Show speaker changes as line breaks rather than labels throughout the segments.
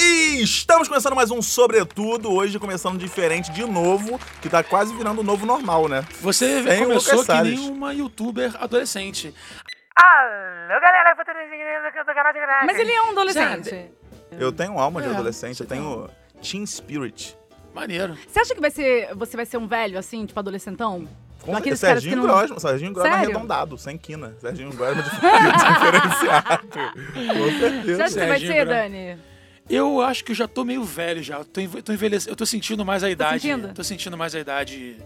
Estamos começando mais um Sobretudo, hoje começando diferente de novo, que tá quase virando o novo normal, né?
Você
Vem o
começou
Lucas
que
Salles.
nem uma youtuber adolescente.
Alô, galera, eu do canal de graça.
Mas ele é um adolescente.
Eu tenho alma de
É,
adolescente, eu
você tem
tenho teen spirit.
Maneiro.
Você acha que vai ser, você vai ser um velho, assim, tipo adolescentão?
Com
Aqueles caras que
Serginho
não-
Grosma, Serginho Grosma
Sério?
arredondado, sem quina. Serginho Grosma de- diferenciado. Com
Você
certeza.
acha que vai
Serginho
ser,
Grosma.
Dani?
Eu acho que eu já tô meio velho já. Eu Tô enve- tô envelhecendo. Eu tô sentindo mais a idade.
sentindo?
Tô sentindo mais a idade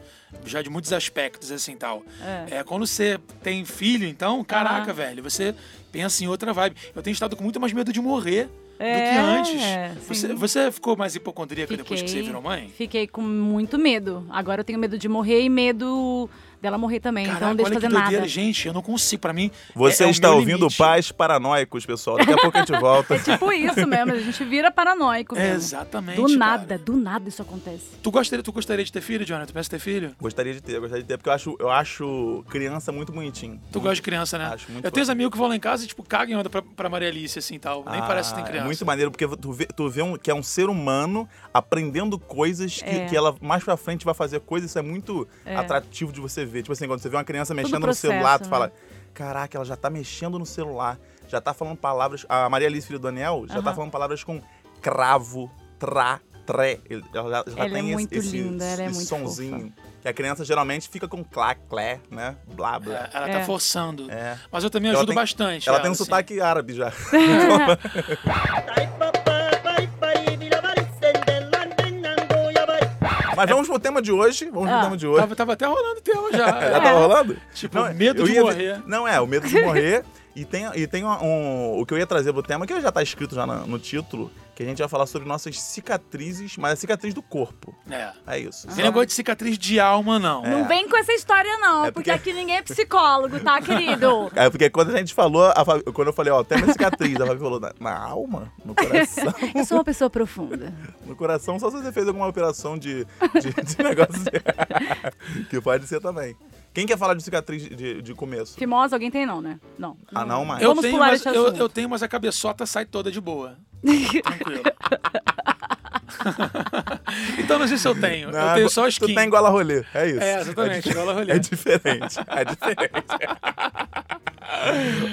já de muitos aspectos, assim tal.
É.
É, quando você tem filho, então, caraca, velho, você pensa em outra vibe. Eu tenho estado com muito mais medo de morrer
É,
do que antes.
sim.
Você, você ficou mais hipocondríaca depois que você virou mãe?
Fiquei com muito medo. Agora eu tenho medo de morrer e medo dela morrer também. então
Caraca,
não deixa
olha
eu
que
fazer
doideira,
nada.
gente. Eu não consigo, pra mim.
Você
é- é o
está
meu
ouvindo
limite.
Pais Paranoicos, pessoal. Daqui a pouco a gente volta.
É tipo isso mesmo, a gente vira paranoico
É,
mesmo.
exatamente.
Uhum. Do
cara.
nada, do nada isso acontece.
Tu gostaria, tu gostaria de ter filho, Jonathan? Tu pensa em ter filho?
Gostaria de ter, gostaria de ter, porque eu acho, eu acho criança muito bonitinho.
Tu gosta de criança, né?
Acho muito
eu tenho uns
fofo.
amigos que vão lá em casa e, tipo, cagam e andam pra, pra Maria Alice, assim, tal. Nem
Ah,
parece que tem
é
criança.
muito maneiro, porque tu vê, tu vê um, que é um ser humano aprendendo coisas que,
É.
que ela mais pra frente vai fazer coisas. Isso é muito atrativo de você ver. Tipo assim, quando você vê uma criança mexendo
processo,
no celular, tu
né?
fala: Caraca, ela já tá mexendo no celular, já tá falando palavras. A Maria Alice, filho do Daniel, já tá
Aham.
falando palavras com cravo, tra, tré. Ele- Ela já, já
Ela é
tem esse,
muito
esse,
linda, ela é
esse
muito
sonzinho. Que a criança geralmente fica com clá, clé, né? Blá, blá.
É, ela tá
É.
forçando.
É.
Mas eu também
Ela
ajudo
tem-
bastante.
Ela tem um
assim.
sotaque árabe já. Mas vamos pro tema de hoje. Vamos pro
Ah.
tema de hoje.
Tava, tava até rolando o tema já.
Já
É.
tava tá rolando?
É. Tipo, medo
eu
de
ia-
morrer.
Não, é, o medo de morrer. E tem, e tem um, um- O que eu ia trazer pro tema, que já tá escrito já na- no, título, que a gente vai falar sobre nossas cicatrizes, mas a cicatriz do corpo.
É.
É isso.
Não tem negócio de cicatriz de alma, não.
Não vem com essa história, não,
É porque-
porque... aqui ninguém é psicólogo, tá, querido?
É porque quando a gente falou, a Fabi- quando eu falei, ó, tema é cicatriz, a Fabi falou, na, na alma? No coração?
Eu sou uma pessoa profunda.
No coração, só se você fez alguma operação de, de, de negócio. que pode ser também. Quem quer falar de cicatriz de, de começo?
Fimosa, alguém tem, não, né? Não.
Ah, não, mais.
Eu
Vamos
tenho,
pular
mas,
esse
eu,
assunto.
eu tenho, mas a cabeçota sai toda de boa. Tranquilo. então não sei se eu tenho. eu
Não,
tenho só
Ah, Tu
skin.
tem gola rolê, é isso.
É, exatamente,
di-
gola rolê.
É diferente, é diferente.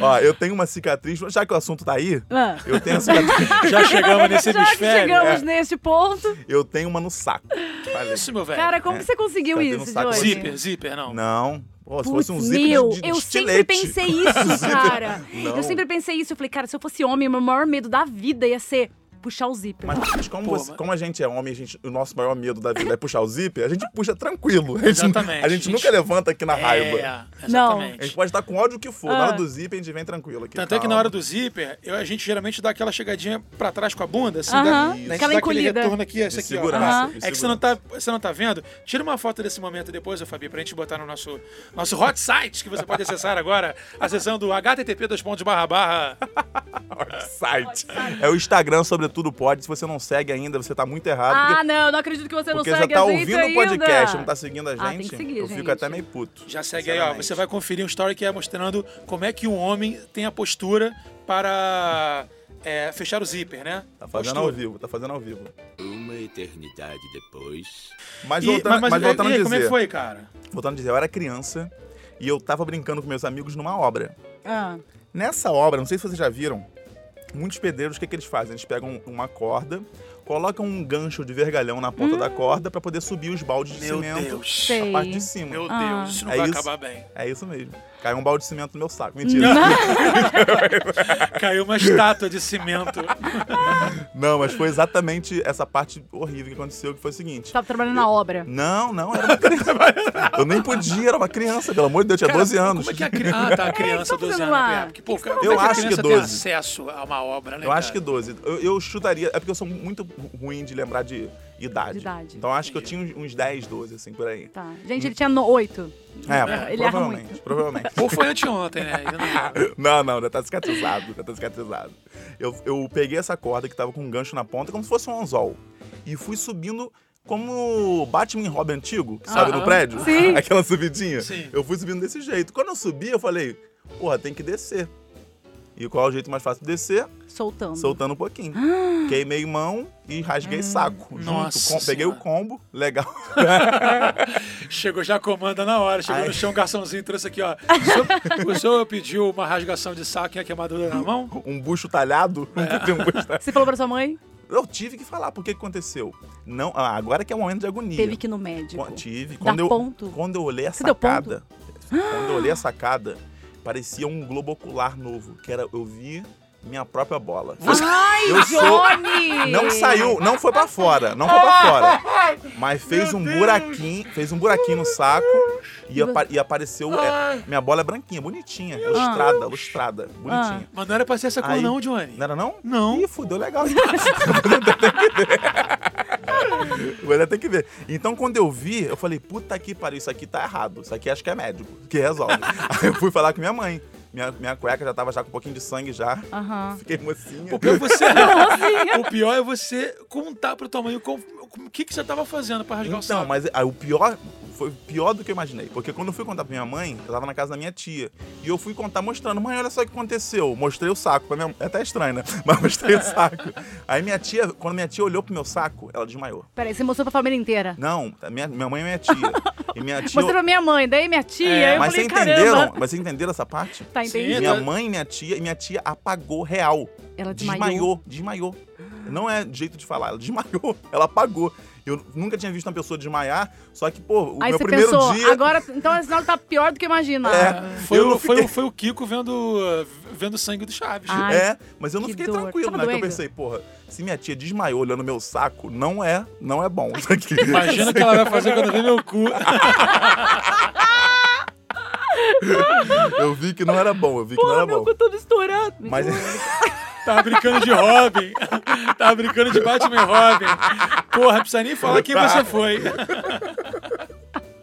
Ó, eu tenho uma cicatriz, já que o assunto tá aí,
Ah.
eu tenho, uma cicatriz-
Já chegamos nesse
Já que
hemisfério. É
é.
chegamos neste ponto.
eu tenho uma no saco. Falei.
Isso, meu velho.
Cara, como
É.
que você conseguiu
Cadê no
isso,
saco?
Johnny?
zíper, zíper, não.
Não, Pô, se
Putz,
fosse um zíper de-
meu,
de, de
eu sempre
estilete.
pensei isso, cara.
Não.
Eu sempre pensei isso. Eu falei, cara, se eu fosse homem, o meu maior medo da vida ia ser puxar o zíper.
Mas, mas como,
Pô,
você-
mas-
como a gente é homem, a gente- o nosso maior medo da vida é puxar o zíper, a gente puxa tranquilo. A gente,
Exatamente.
a gente nunca levanta aqui na
É,
raiva.
Não.
A gente
exatamente.
pode estar com ódio que for. Na hora
Ah.
do zíper, a gente vem tranquilo aqui.
Tanto é que na hora do zíper, eu- a gente geralmente dá aquela chegadinha pra trás com a bunda, assim,
Aham,
dá, a gente
aquela
dá aquele
encolhida.
retorno aqui, esse
De
aqui, ó.
segurança,
Aham.
de
É que você não, tá, você não tá vendo? Tira uma foto desse momento depois, ô Fabi, pra gente botar no nosso, nosso hot site que você pode acessar agora, acessando http dois pontos barra barra.
site. É o Instagram, sobretudo pode. Se você não segue ainda, você tá muito errado.
ah,
porque-
não, não acredito que você não
porque
segue
já tá
a gente
ouvindo o
ainda.
podcast, não tá seguindo a gente.
Ah, tem que seguir,
eu fico
gente.
até meio puto.
Já segue aí, ó.
sinceramente.
Você vai conferir um story que é mostrando como é que um homem tem a postura para é, fechar o zíper, né?
Tá fazendo
Postura.
ao vivo, tá fazendo ao vivo.
Uma eternidade depois.
Mas
E-
voltando, mas, voltando
e
a dizer.
aí, como é que foi, cara?
Voltando a dizer, eu era criança e eu tava brincando com meus amigos numa obra.
Ah,
Nessa obra, não sei se vocês já viram, muitos pedreiros, o que, que eles fazem? Eles pegam uma corda, colocam um gancho de vergalhão na ponta
Hum.
da corda pra poder subir os baldes de cimento
sei.
na parte de cima.
Meu
Ah.
Deus, isso não
É
vai
isso?
acabar bem.
É isso mesmo. Caiu um balde de cimento no meu saco. Mentira.
Caiu uma estátua de cimento.
Não, mas foi exatamente essa parte horrível que aconteceu, que foi o seguinte.
Tava trabalhando na obra.
Não, não, era uma criança. eu nem podia, era uma criança, pelo amor de Deus, eu tinha
Cara,
12 anos.
Como é que a criança. Ah, tá, a criança,
É, que tá
12
fazendo
anos.
lá?
É, porque, pô,
Que que você
como
tá
é que a
fazendo? Eu
criança
acho que
tem
12.
acesso a uma obra, né?
Eu acho que
cara?
12. Eu, eu chutaria, é porque eu sou muito ruim de lembrar de idade.
De idade.
Então eu acho que eu tinha uns- uns 10, 12, assim, por aí.
Tá. Gente, ele tinha no oito.
É,
Ele erra
provavelmente, provavelmente.
Ou foi anteontem, né? Eu não-
Não, não, já tá cicatrizado, já tá cicatrizado. Eu, eu peguei essa corda que tava com um gancho na ponta, como se fosse um anzol. E fui subindo como Batman e Robin antigo, que sobe
Aham.
no prédio.
Ah, Sim.
Aquela subidinha.
Sim.
Eu fui subindo desse jeito. Quando eu subi, eu falei, porra, tem que descer. E qual é o jeito mais fácil de descer?
Soltando.
Soltando um pouquinho.
Ah.
Queimei mão e rasguei saco.
Nossa
junto. Com- peguei o
Senhora.
combo, legal.
Chegou já a comanda na hora, chegou
Ai.
no chão, o garçomzinho trouxe aqui, ó. O senhor, o senhor pediu uma rasgação de saco e é a queimadura na mão?
Um bucho talhado.
É.
Tem um bucho talhado.
Você falou pra sua mãe?
Eu tive que falar porque que aconteceu. Não, ah, agora que é o momento de agonia.
Teve que ir no médico.
Quan- Tive.
Tipo, Dá
Quando eu,
ponto? Ah!
quando eu olhei a
Você deu
sacada. Quando eu olhei a sacada, parecia um globo ocular novo. Que era, eu vi minha própria bola.
Ai,
Eu sou-
Johnny!
Não saiu, não foi pra fora, não foi pra fora. Mas fez um buraquinho, fez um buraquinho no saco e, apa- e apareceu. é, minha bola é branquinha, bonitinha,
Ah!
lustrada, lustrada, bonitinha.
Mas não era pra ser essa cor,
Aí-
não, Johnny.
Não era não?
Não.
Ih, fudeu legal. Vou até ter que ver. Então, quando eu vi, eu falei, puta que pariu, isso aqui tá errado. Isso aqui acho que é médico, que resolve. Aí eu fui falar com minha mãe. Minha, minha cueca já tava já com um pouquinho de sangue já.
Aham.
Fiquei mocinha.
O pior, é você, o pior é você contar pro tua mãe o, com- o é que, que você tava fazendo pra rasgar o
Então,
saco.
mas ah, o pior foi pior do que eu imaginei. Porque quando eu fui contar pra minha mãe, eu tava na casa da minha tia. E eu fui contar mostrando, mãe, olha só o que aconteceu. Mostrei o saco pra minha mãe. É até estranho, né? Mas mostrei o saco. Aí minha tia, quando minha tia olhou pro meu saco, ela desmaiou.
Peraí, você mostrou pra família inteira.
Não, a minha, minha mãe e minha tia. E minha tia.
Mostrou pra minha mãe, daí minha tia.
É,
aí eu
mas
falei,
vocês entenderam?
caramba.
Mas vocês entenderam essa parte?
Tá, entendi.
Sim.
Minha
tá-
mãe, minha tia, e minha tia apagou real.
Ela desmaiou.
Desmaiou, desmaiou. Não é jeito de falar, ela desmaiou, ela apagou. Eu nunca tinha visto uma pessoa desmaiar, só que, pô, o
Aí
meu
você
primeiro
pensou,
dia.
agora, então é sinal que tá pior do que imagina.
É.
Foi,
eu
o,
não
foi, o-
fiquei-
foi o Kiko vendo uh, vendo sangue do Chaves.
Ah, Ai,
É, mas eu não
que
fiquei
dor.
tranquilo,
Tava
né? Que eu
doendo?
pensei, porra, se minha tia desmaiou olhando meu saco, não é, não é bom isso aqui.
Imagina o que ela vai fazer quando vê meu cu.
Eu vi que não era bom, eu vi que não era bom.
todo estourado.
Mas
Tava Tá brincando de Robin. Tava brincando de Batman e Robin. Porra, não precisa nem falar quem você foi.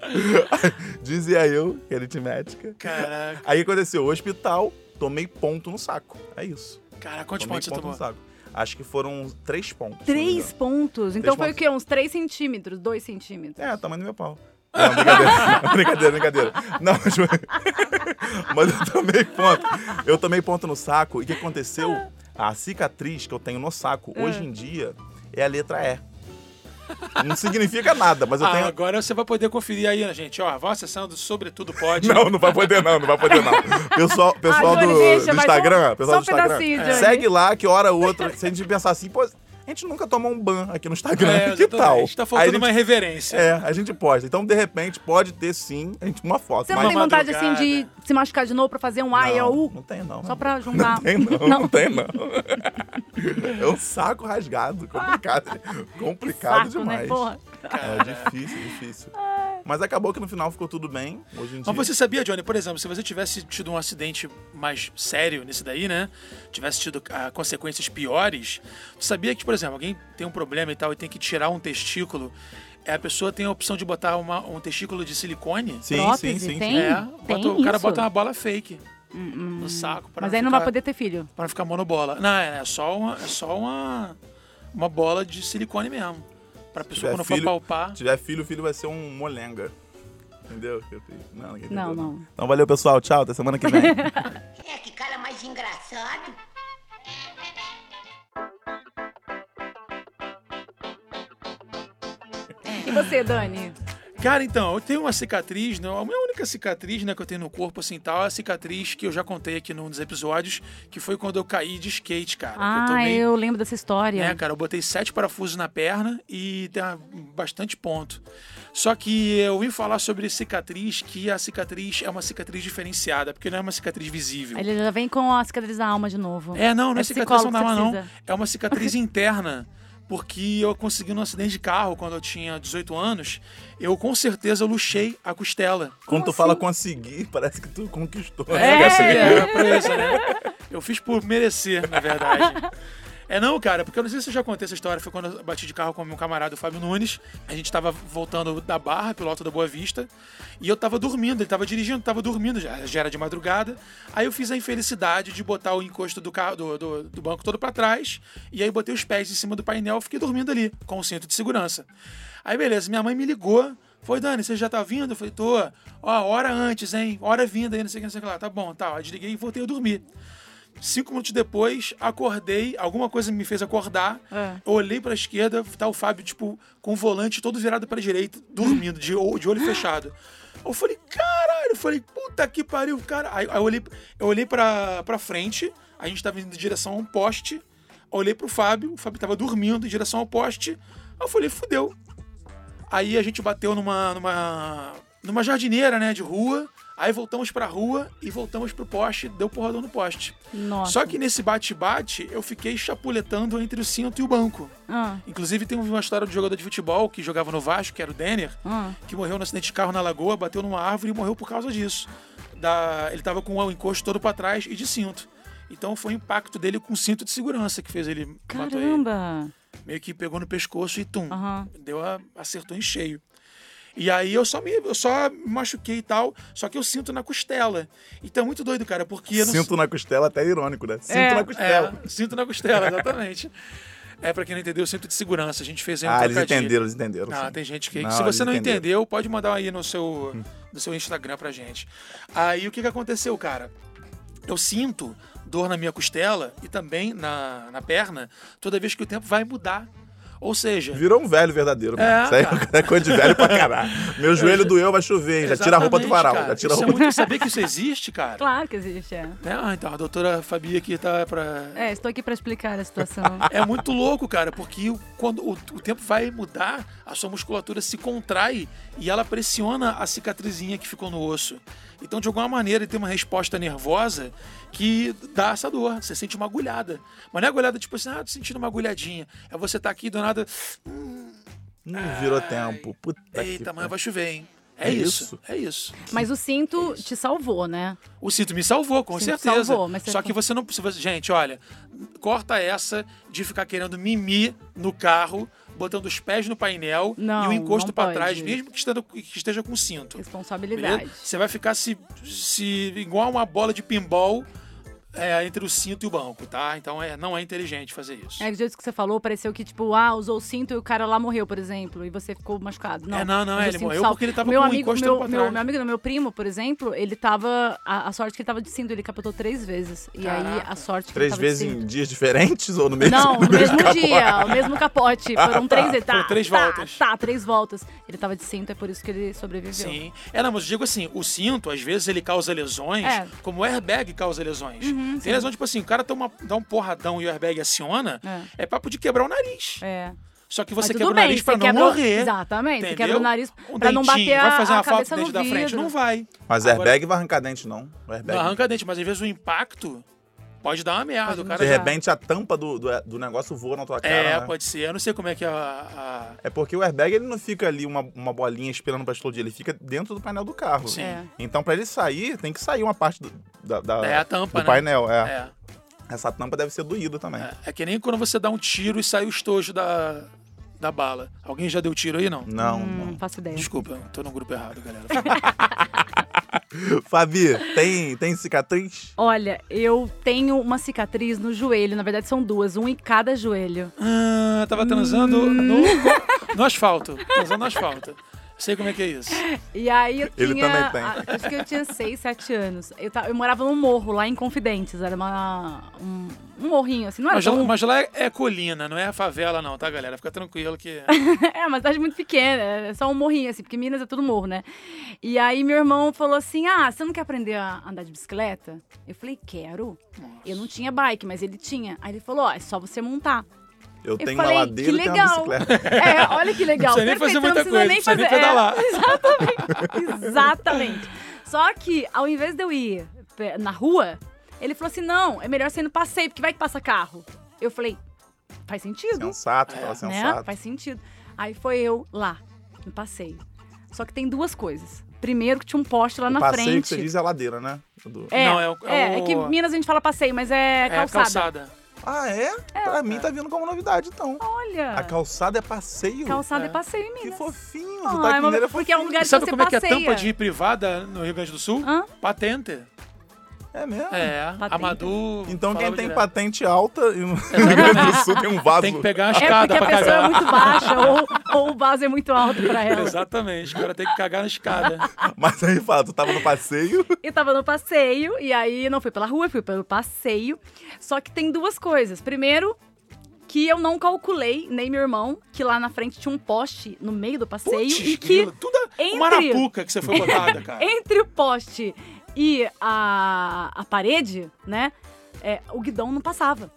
dizia eu, que era aritmética.
Caraca,
Aí aconteceu, hospital, tomei ponto no saco. É isso.
cara, quantos
Tomei
pontos você
ponto no
tomou?
saco. Acho que foram três pontos. se não me
Três pontos. Então
Três
foi o
pontos.
quê? Uns três centímetros, dois centímetros.
É, tamanho do meu pau. Não, brincadeira, brincadeira, brincadeira. Não, mas, mas eu tomei ponto. Eu tomei ponto no saco. E o que aconteceu? A cicatriz que eu tenho no saco hoje em dia é a letra E. Não significa nada, mas eu
Ah,
tenho.
agora você vai poder conferir aí, né, gente? Ó, vão acessando, sobretudo pode.
Não, não vai poder não, não vai poder não. Pessoal, pessoal
Ah, Johnny,
do,
deixa,
do
mas
Instagram,
só-
pessoal
só um
do
pedacinho,
Instagram,
Johnny.
segue lá que hora ou outra, se a gente pensar assim, pô, a gente nunca tomou um ban aqui no Instagram, que tal?
É,
Aí
Tá
a
faltando
gente
uma reverência.
É, a gente posta. Então, de repente, pode ter sim a gente, uma foto.
Você não tem
Uma
vontade, assim,
madrugada.
de se machucar de novo pra fazer um A e
É, não,
U?
não tem, não. né?
Só pra juntar.
Não tem, não. Não tem, não. É um saco rasgado. Complicado. Complicado
Saco,
demais.
né, porra?
É difícil, difícil. Mas acabou que no final ficou tudo bem. Hoje em dia.
Mas você sabia, Johnny, por exemplo, se você tivesse tido um acidente mais sério nesse daí, né? Tivesse tido ah, consequências piores, tu sabia que, por exemplo, alguém tem um problema e tal e tem que tirar um testículo, eh, a pessoa tem a opção de botar uma- um testículo de silicone?
Sim,
Prótese,
sim, sim.
tem?
É,
tem
bota- o cara
isso? Hum,
bota uma bola fake no saco. Pra
Mas aí não
ficar-
vai poder ter filho.
Pra não ficar monobola. Não, é, é só uma, é só uma, uma bola de silicone mesmo. Pra
tiver
pessoa, quando
filho-
for palpar...
Se tiver filho, o filho vai ser um molenga. Entendeu? Não, ninguém
Não,
entendeu,
não.
Então valeu, pessoal. Tchau. Até semana que vem.
É, que cara mais engraçado.
E você, Dani?
Cara, então, eu tenho uma cicatriz, né? A minha única cicatriz, né, que eu tenho no corpo, assim, tal, é a cicatriz que eu já contei aqui num dos episódios, que foi quando eu caí de skate, cara. que eu
Ah,
tomei,
eu lembro dessa
Né,
É,
história.
cara, eu botei sete parafusos na perna e tem ah, bastante ponto. Só que eu vim falar sobre cicatriz, que a cicatriz é uma cicatriz diferenciada, porque não é uma cicatriz visível.
Aí Ele já vem com a cicatriz da alma de novo.
É, não, não é,
É
cicatrização
psicólogo
da
que
alma,
você
não.
precisa.
É uma cicatriz interna. Porque eu consegui num acidente de carro quando eu tinha 18 anos, eu com certeza luxei a costela.
Quando tu
assim?
fala conseguir, parece que tu conquistou.
É,
Essa
eu
ideia.
era presa, né? Eu fiz por merecer, na verdade. É não, cara, porque eu não sei se eu já contei essa história. Foi quando eu bati de carro com meu camarada, o Fábio Nunes. A gente tava voltando da Barra, piloto da Boa Vista. E eu tava dormindo, ele tava dirigindo, tava dormindo, já, já era de madrugada. Aí eu fiz a infelicidade de botar o encosto do, carro, do, do- do banco todo pra trás. E aí botei os pés em cima do painel, fiquei dormindo ali, com o cinto de segurança. Aí beleza, minha mãe me ligou. Foi, Dani, você já tá vindo? Eu falei, tô. Ó, hora antes, hein? Hora vinda aí, não sei o que, não sei o que lá. Tá bom, tá. Aí desliguei e voltei a dormir. Cinco minutos depois, acordei, alguma coisa me fez acordar.
É.
Eu olhei pra esquerda, tá o Fábio, tipo, com o volante todo virado pra direita, dormindo, de, o- de olho fechado. Eu falei, caralho, eu falei, puta que pariu, cara. Aí, aí eu olhei, eu olhei pra, pra frente, a gente tava indo em direção a um poste. Eu Olhei pro Fábio, o Fábio tava dormindo em direção ao poste. Aí eu falei, fudeu. Aí a gente bateu numa, numa, numa jardineira, né, de rua. Aí voltamos pra rua e voltamos pro poste, deu porradão no poste.
Nossa.
Só que nesse bate-bate, eu fiquei chapuletando entre o cinto e o banco.
Ah,
Inclusive, tem uma história de jogador de futebol que jogava no Vasco, que era o Denner,
ah.
que morreu no acidente de carro na lagoa, bateu numa árvore e morreu por causa disso. Da- Ele tava com o encosto todo pra trás e de cinto. Então foi o impacto dele com o cinto de segurança que fez ele matou ele
Caramba.
meio que pegou no pescoço e tum,
Aham.
deu a, acertou em cheio. E aí eu só me eu só me machuquei e tal, só que eu sinto na costela. Então é muito doido, cara, porque eu não
Sinto na costela, até irônico, né? Sinto
É.
na costela.
É, sinto na costela, exatamente. é pra quem não entendeu, cinto de segurança. A gente fez aí um
Ah, eles
trocadilho.
entenderam, eles entenderam.
Ah,
sim.
tem gente que.
Não,
se você
eles
não
entenderam. Hum.
entendeu, pode mandar aí no seu, no seu Instagram pra gente. Aí o que, que aconteceu, cara? Eu sinto dor na minha costela e também na, na perna toda vez que o tempo vai mudar. Ou seja,
Virou um velho verdadeiro, mano.
É,
Isso aí
cara.
é coisa de velho pra caralho. Meu joelho doeu, vai chover, hein? Já tira a roupa do
Exatamente,
varal.
cara.
Já tira a
Isso é
roupa.
muito saber que isso existe, cara.
Claro que existe, é.
Né? Ah, então, a doutora Fabi aqui tá pra.
É, estou aqui pra explicar a situação.
É muito louco, cara, porque o- quando o, o tempo vai mudar, a sua musculatura se contrai e ela pressiona a cicatrizinha que ficou no osso. Então, de alguma maneira, ele tem uma resposta nervosa que dá essa dor. Você sente uma agulhada. Mas não é agulhada tipo assim, ah, tô sentindo uma agulhadinha. É você tá aqui do nada.
Não virou tempo. Puta
Eita,
que
amanhã
pariu.
vai chover, hein? É,
Tá É
isso,
isso.
é isso.
Mas o cinto te salvou, né?
O cinto me salvou, com
O cinto
certeza.
salvou, mas você-
Só que você não precisa. Gente, olha, corta essa de ficar querendo mimir no carro, botando os pés no painel e
Não,
o encosto
não
pra
pode. é
trás, mesmo que esteja, que esteja com cinto.
Responsabilidade.
beleza? Você vai ficar se, se igual uma bola de pinball é, entre o cinto e o banco, tá? Então é, não é inteligente fazer isso.
É, do jeito que você falou, pareceu que, tipo, ah, usou o cinto e o cara lá morreu, por exemplo, e você ficou machucado. Não,
É, não, não,
mas o
ele
cinto
morreu
salva.
porque ele tava
meu
com o
amigo,
encosto
meu,
pra
meu,
trás.
meu amigo, não, meu primo, por exemplo, ele tava. A, a sorte que ele tava de cinto, ele capotou três vezes. E aí
Caraca.
a sorte que ele
Três
tava
vezes
de cinto.
em dias diferentes ou no mesmo
Não, no mesmo dia, o mesmo capote. Foram
Ah,
três etapas.
Foram três
tá,
voltas.
Tá, três voltas. Ele tava de cinto, é por isso que ele sobreviveu.
Sim. É, não, mas eu digo assim, o cinto, às vezes, ele causa lesões,
É. Uhum,
como o airbag causa lesões. Tem lesão, tipo assim, o cara toma, dá um porradão e o airbag aciona, é, papo de quebrar o nariz.
É.
Só que você
Mas
quebra
tudo
o nariz
bem,
pra
você
não
quebra o-
morrer.
Exatamente, você
entendeu?
quebra o nariz
Um
pra não
dentinho,
bater
vai fazer
a-
uma
a
falta
cabeça
no
no
dente da frente?
vidro.
Não vai.
Mas
Agora-
airbag vai arrancar dente, não. O airbag.
Não arranca dente, mas às vezes o impacto pode dar uma merda. O
Pode
cara
De
arrancar.
repente, a tampa do, do, do negócio voa na tua cara.
É,
né?
pode ser. Eu não sei como é que é a... a-
É porque o airbag ele não fica ali uma, uma bolinha esperando pra explodir, ele fica dentro do painel do carro.
Sim.
É.
Então, pra ele sair, tem que sair uma parte do, da, da-
É a tampa,
do
né?
painel. É.
É,
Essa tampa deve ser doída também.
é. É que nem quando você dá um tiro e sai o estojo da, da bala. Alguém já deu tiro aí, não?
Não,
Não faço ideia.
Desculpa, tô no grupo errado, galera.
não. Fabi, tem, tem cicatriz?
Olha, eu tenho uma cicatriz no joelho. Na verdade, são duas, um em cada joelho.
Ah, tava transando no, no asfalto. Transando no asfalto. Sei como é que é isso.
E aí eu
Ele
tinha.
também tem.
a- Acho que eu tinha seis, sete anos. Eu, ta- eu morava num morro, lá em Confidentes. Era uma, um, um morrinho, assim, não era
Mas, lá-
tão-
mas lá é, é colina, não é favela, não, tá, galera? Fica tranquilo que.
É, uma cidade muito pequena, é só um morrinho, assim, porque Minas é tudo morro, né? E aí meu irmão falou assim: Ah, você não quer aprender a andar de bicicleta? Eu falei, quero. Eu não tinha bike, mas ele tinha. Aí ele falou: Ó, é só você montar.
Eu,
Eu
tenho
falei,
uma ladeira
que
e tenho uma
legal.
bicicleta.
É, olha que legal.
Não precisa nem fazer
Perfeito,
muita
você
coisa, não precisa nem pedalar.
É, exatamente. Exatamente. Só que, ao invés de eu ir pe- na rua, ele falou assim: não, é melhor você ir no passeio, porque vai que passa carro. Eu falei, faz sentido.
É Sensato, fala
Né?
sensato.
Faz sentido. Aí foi eu lá, no passeio. Só que tem duas coisas. Primeiro, que tinha um poste lá
O
na
passeio
frente.
que você diz é a ladeira, né? Do-
É,
Não, é o- é
é, é
o-
que em Minas a gente fala passeio, mas é calçada.
É calçada.
Ah, é? pra mim tá vindo como novidade, então.
Olha,
A calçada é passeio?
Ah. calçada
É.
é passeio em
Que
Minas.
fofinho.
Ah,
do Taque
é uma-
Mineiro é
porque é um
fofinho.
lugar que
Sabe
você
como é que é a
passeia.
tampa de privada no Rio Grande do Sul?
Hã?
Patente.
É mesmo?
É,
Ah, Patente.
Amadou.
Então quem
falava
tem
direto.
patente alta e no Rio Grande do Sul tem um vaso.
Tem que pegar a
É
escada
porque a
pra
pessoa é
cagar.
muito baixa ou, ou o vaso é muito alto pra ela.
Exatamente, o cara tem que cagar na escada.
Mas aí fala, tu tava no passeio.
Eu tava no passeio, e aí não fui pela rua, fui pelo passeio. Só que tem duas coisas. Primeiro, que eu não calculei, nem meu irmão, que lá na frente tinha um poste no meio do passeio
Putz,
e que
grila, tudo a-
entre-
uma arapuca que você foi botada, cara.
entre o poste e a, a parede, né? é, o guidão não passava.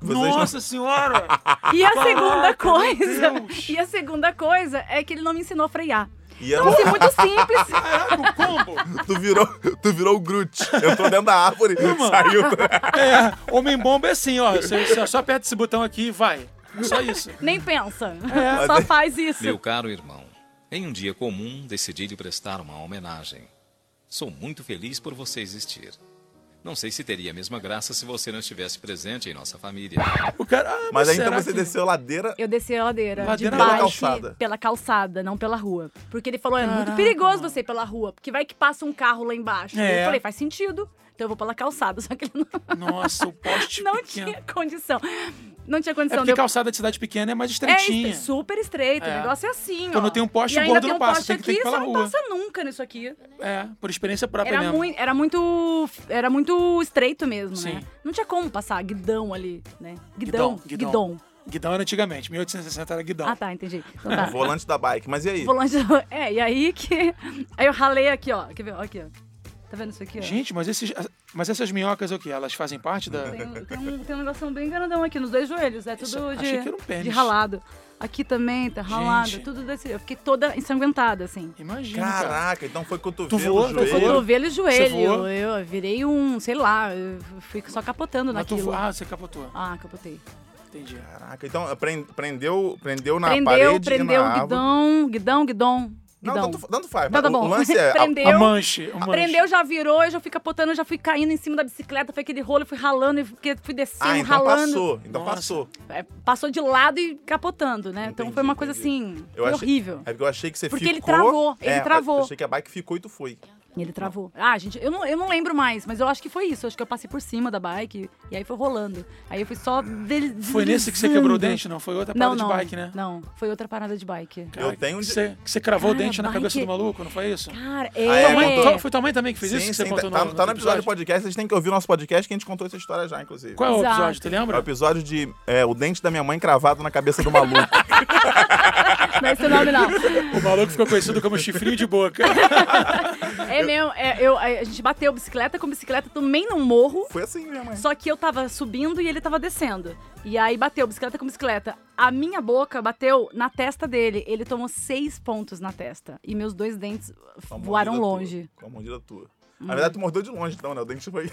Vocês
Nossa senhora!
E a segunda
Caraca, Ah, meu
coisa.
Deus.
E a segunda coisa é que ele não me ensinou a frear.
não... E é
Então, assim, muito simples.
Caraca, o É, um combo!
Tu virou, tu virou o Groot. Entrou dentro da árvore,
mano.
saiu.
É, homem-bomba é assim, ó. Você, você só aperta esse botão aqui e vai. É só isso.
Nem pensa.
É.
Só faz isso.
Meu caro irmão, em um dia comum decidi lhe prestar uma homenagem. Sou muito feliz por você existir. Não sei se teria a mesma graça se você não estivesse presente em nossa família.
O cara. Ah,
Mas aí então
será
você
que-
desceu a ladeira.
Eu desci a ladeira.
Ladeira
de
pela
baixo,
calçada.
Pela calçada, não pela rua. Porque ele falou, é muito perigoso você ir pela rua, porque vai que passa um carro lá embaixo.
É.
Eu falei, faz sentido. Então eu vou pela calçada, só que ele não,
Nossa, o poste
não
pequeno.
tinha condição. Não tinha
É
condição.
porque
Deu-
calçada de cidade pequena é mais
é
estreitinha.
estre- super estreito,
É.
o negócio é assim, ó.
Quando tem um poste,
e
o
ainda
gordo
tem
não
um
passa,
poste
tem que-
aqui,
tem que ir
você
pela
não
rua.
passa nunca nisso aqui.
É, por experiência própria
Era,
mesmo.
mui- era muito era muito estreito mesmo, né?
Sim.
Não tinha como passar guidão ali, né? Guidão, guidão.
guidão. Guidão era antigamente, 1860 era guidão.
Ah, tá, entendi. Então tá.
Volante da bike. Mas e aí?
Volante. É, e aí que. Aí eu ralei aqui, ó. Quer ver? Ó, aqui, ó. Tá vendo isso aqui, ó?
Gente, mas, esses, mas essas minhocas o quê? Elas fazem parte da.
Tem, um- tem um, tem um negócio bem grandão aqui nos dois joelhos. É
Isso,
tudo
achei
de,
que era um pênis.
de ralado. Aqui também tá ralado.
Gente.
Tudo desse. Eu fiquei toda ensanguentada, assim.
Imagina. cara.
Caraca, então foi cotovelo,
Tu voou, tu
joelho.
voou.
Cotovelo e joelho.
voou?
Eu virei um, sei lá, eu fui só capotando
Mas tu-
naquilo.
Ah, você capotou.
Ah, capotei.
Entendi.
Caraca, então pre- prendeu, prendeu na
prendeu,
parede
prendeu
e na
o
árvore.
guidão, guidão, guidão.
Não,
guidão.
tanto, tanto faz.
Tá,
mas
tá
o-
bom.
O lance é... a-
Prendeu.
A manche. A manche.
Prendeu, já virou, eu já fui capotando, já fui caindo em cima da bicicleta, foi aquele rolo, eu fui ralando, e fiquei- fui descendo,
Ah, então
assim, ralando.
passou. Então
Nossa.
passou.
É, passou de lado e capotando, né? então
Entendi,
foi uma coisa
entendi.
assim,
Eu
foi
achei-
horrível.
É porque eu achei que você
Porque
ficou...
ele travou, ele
É,
travou.
Eu achei que a bike ficou e tu foi.
E ele travou. Ah, gente, eu não, eu não lembro mais, mas eu acho que foi isso. Eu acho que eu passei por cima da bike e aí foi rolando. Aí eu fui só del-
Foi nesse que você
deslizando.
quebrou o dente? Não, foi outra parada
não, não,
de bike, né?
Não, foi outra parada de bike.
Eu tenho
Que
de-
você, que você cravou o
Cara,
dente na
bike-
cabeça do maluco, não foi isso?
Cara,
é,
Tua mãe-
contou-
tua-
é...
foi tua mãe também que fez
Sim,
isso? Que você
sim,
contou
tá,
no,
tá no episódio do podcast, vocês têm que ouvir o nosso podcast que a gente contou essa história já, inclusive.
Qual é o
Exato.
episódio? Tu
É o
lembra?
episódio de é, o dente da minha mãe cravado na cabeça do maluco.
Não é esse nome, não.
O maluco ficou conhecido como chifrinho de boca.
É mesmo, é, eu, a gente bateu bicicleta com bicicleta também num morro.
Foi assim, minha mãe.
Só que eu tava subindo e ele tava descendo. E aí bateu bicicleta com bicicleta. A minha boca bateu na testa dele. Ele tomou seis pontos na testa. E meus dois dentes
Com a
voaram
mordida
longe. Hum.
Tua, com a mordida tua. Na verdade, tu mordeu de longe, então, né? O dente foi.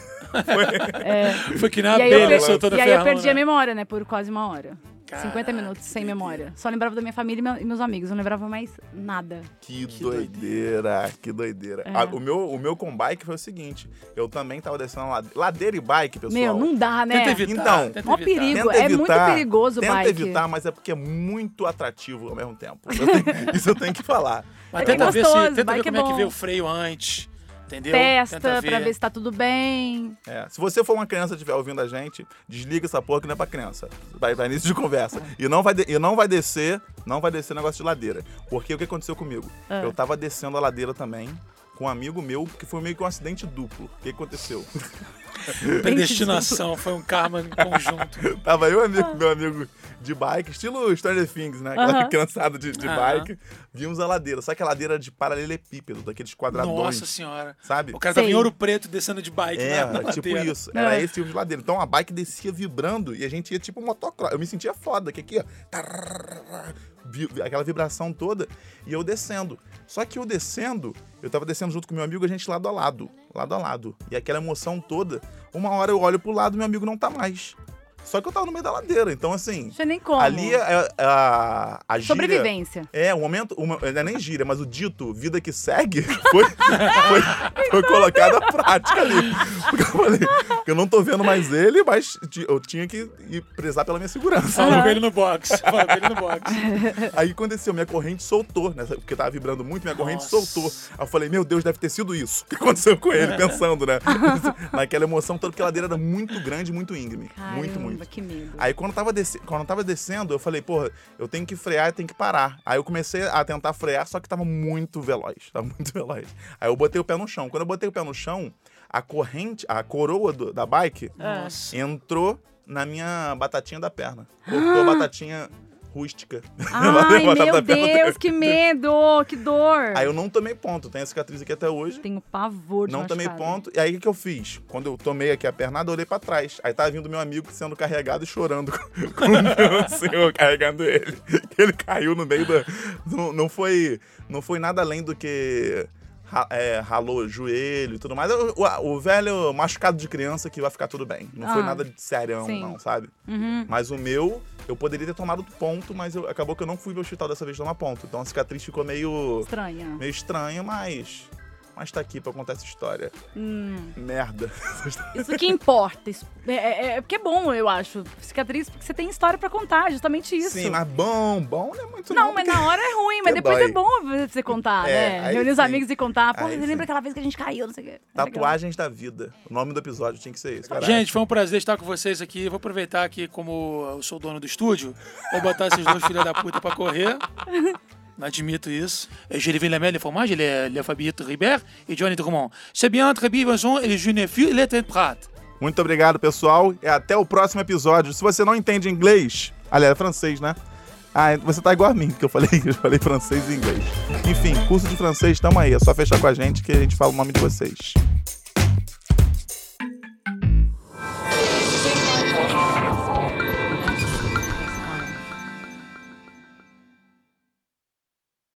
É.
Foi que nem a
E aí, eu,
abelha
per-
soltando
e aí eu
ferrão,
perdi
né?
a memória, né? Por quase uma hora.
Caraca,
50 minutos sem memória. Só lembrava da minha família e meu- e meus amigos. Não lembrava mais nada.
Que, doideira, que doideira.
É.
Ah, o, meu, o meu com bike foi o seguinte: eu também tava descendo a ladeira. Ladeira e bike, pessoal.
Meu, não dá, né?
Tenta evitar.
Então,
tenta
Mó
evitar.
perigo.
Tenta
é
evitar,
muito perigoso o
tenta
bike.
evitar, mas é porque é muito atrativo ao mesmo tempo. Eu tenho- isso eu tenho que falar.
Mas
É
tenta ver,
gostoso,
se, tenta ver
bike é
como é que
bom.
vê o freio antes. Entendeu?
Testa
Tenta
pra ver se tá tudo bem.
É, se você for uma criança e estiver ouvindo a gente, desliga essa porra que não é pra criança. Vai pra início de conversa. E não vai, de- e não vai descer, não vai descer negócio de ladeira. Porque o que aconteceu comigo?
Ah.
Eu tava descendo a ladeira também com um amigo meu, que foi meio que um acidente duplo. O que aconteceu?
Predestinação, foi um karma em conjunto.
Tava eu e
Ah.
amigo- meu amigo de bike, estilo Stranger Things, né? Aquela criançada de, de
Aham.
bike. Vimos a ladeira. Só que a ladeira era de paralelepípedo, daqueles quadradões.
Nossa senhora.
Sabe?
O cara tava
Sei.
em ouro preto descendo de bike,
É,
né? na
era tipo
ladeira.
isso. Era
É.
esse tipo de ladeira. Então a bike descia vibrando e a gente ia tipo motocross. Eu me sentia foda, que aqui, ó. tararara, vi- Aquela vibração toda. E eu descendo. Só que eu descendo, eu tava descendo junto com meu amigo, a gente lado a lado. Lado a lado. E aquela emoção toda. Uma hora eu olho pro lado, meu amigo não tá mais. Só que eu tava no meio da ladeira, então assim.
Você nem como.
Ali a, a, a gíria-
Sobrevivência.
É, o momento. Uma, não é nem gíria, mas o dito vida que segue foi, foi, foi colocado à prática ali. Porque eu falei, eu não tô vendo mais ele, mas ti- eu tinha que ir prezar pela minha segurança.
Falou com ele no box. Falou com ele no box.
Aí o que aconteceu? Minha corrente soltou, né? Porque tava vibrando muito, minha corrente
Nossa.
soltou. Aí eu falei, meu Deus, deve ter sido isso. O que aconteceu com ele, pensando, né? Naquela emoção toda, porque a ladeira era muito grande, muito íngreme.
Caramba,
muito, muito.
que medo.
Aí quando eu, tava desce- quando eu tava descendo, eu falei, porra, eu tenho que frear e tenho que parar. Aí eu comecei a tentar frear, só que tava muito veloz. Tava muito veloz. Aí eu botei o pé no chão. Quando eu botei o pé no chão, a corrente, a coroa do- da bike
É.
Nossa.
entrou na minha batatinha da perna. Cortou a batatinha rústica.
Ai,
Batata da
meu
perna
Deus, que medo, que dor.
Aí eu não tomei ponto, tenho a cicatriz aqui até hoje.
Tenho pavor de
Não tomei
machucada.
ponto. E aí o que que eu fiz? Quando eu tomei aqui a pernada, eu olhei pra trás. Aí tava vindo meu amigo sendo carregado e chorando com o meu senhor carregando ele. Ele caiu no meio da. Não, não foi, não foi nada além do que. ra- é, ralou o joelho e tudo mais. O, o- o velho machucado de criança que vai ficar tudo bem. Não foi
Ah,
nada de sério,
sim.
não, sabe?
Uhum.
Mas o meu, eu poderia ter tomado ponto, mas eu- acabou que eu não fui pro hospital dessa vez tomar ponto. Então a cicatriz ficou meio.
Estranha.
Meio estranho, mas. Mas tá aqui pra contar essa história.
Hum.
Merda.
Isso que importa. Isso, é, é, é- porque é bom, eu acho. Cicatriz, porque você tem história pra contar, justamente isso.
Sim, mas bom, bom não é muito
Não,
não
mas
porque-
na hora é ruim, mas
Que
depois
dói.
é bom você contar,
É,
né?
aí
Reunir os
sim.
amigos e contar. Pô,
Aí
você
sim.
lembra aquela vez que a gente caiu, não sei o quê. É legal.
né? Tatuagens da vida. O nome do episódio tinha que ser isso, cara.
Gente, foi um prazer estar com vocês aqui. Vou aproveitar aqui, como eu sou dono do estúdio, vou botar esses dois filhos da puta pra correr. Não admito isso. É Je reviens la main les fromages, les, les Fabiette é Ribert et Johnny Drummond. C'est bien, très bien, Vincent, et je ne fus les têtes prates.
Muito obrigado, pessoal. E até o próximo episódio. Se você não entende inglês. Aliás, é francês, né? Ah, você tá igual a mim, porque eu falei, eu falei francês e inglês. Enfim, curso de francês, tamo aí. É só fechar com a gente que a gente fala o nome de vocês.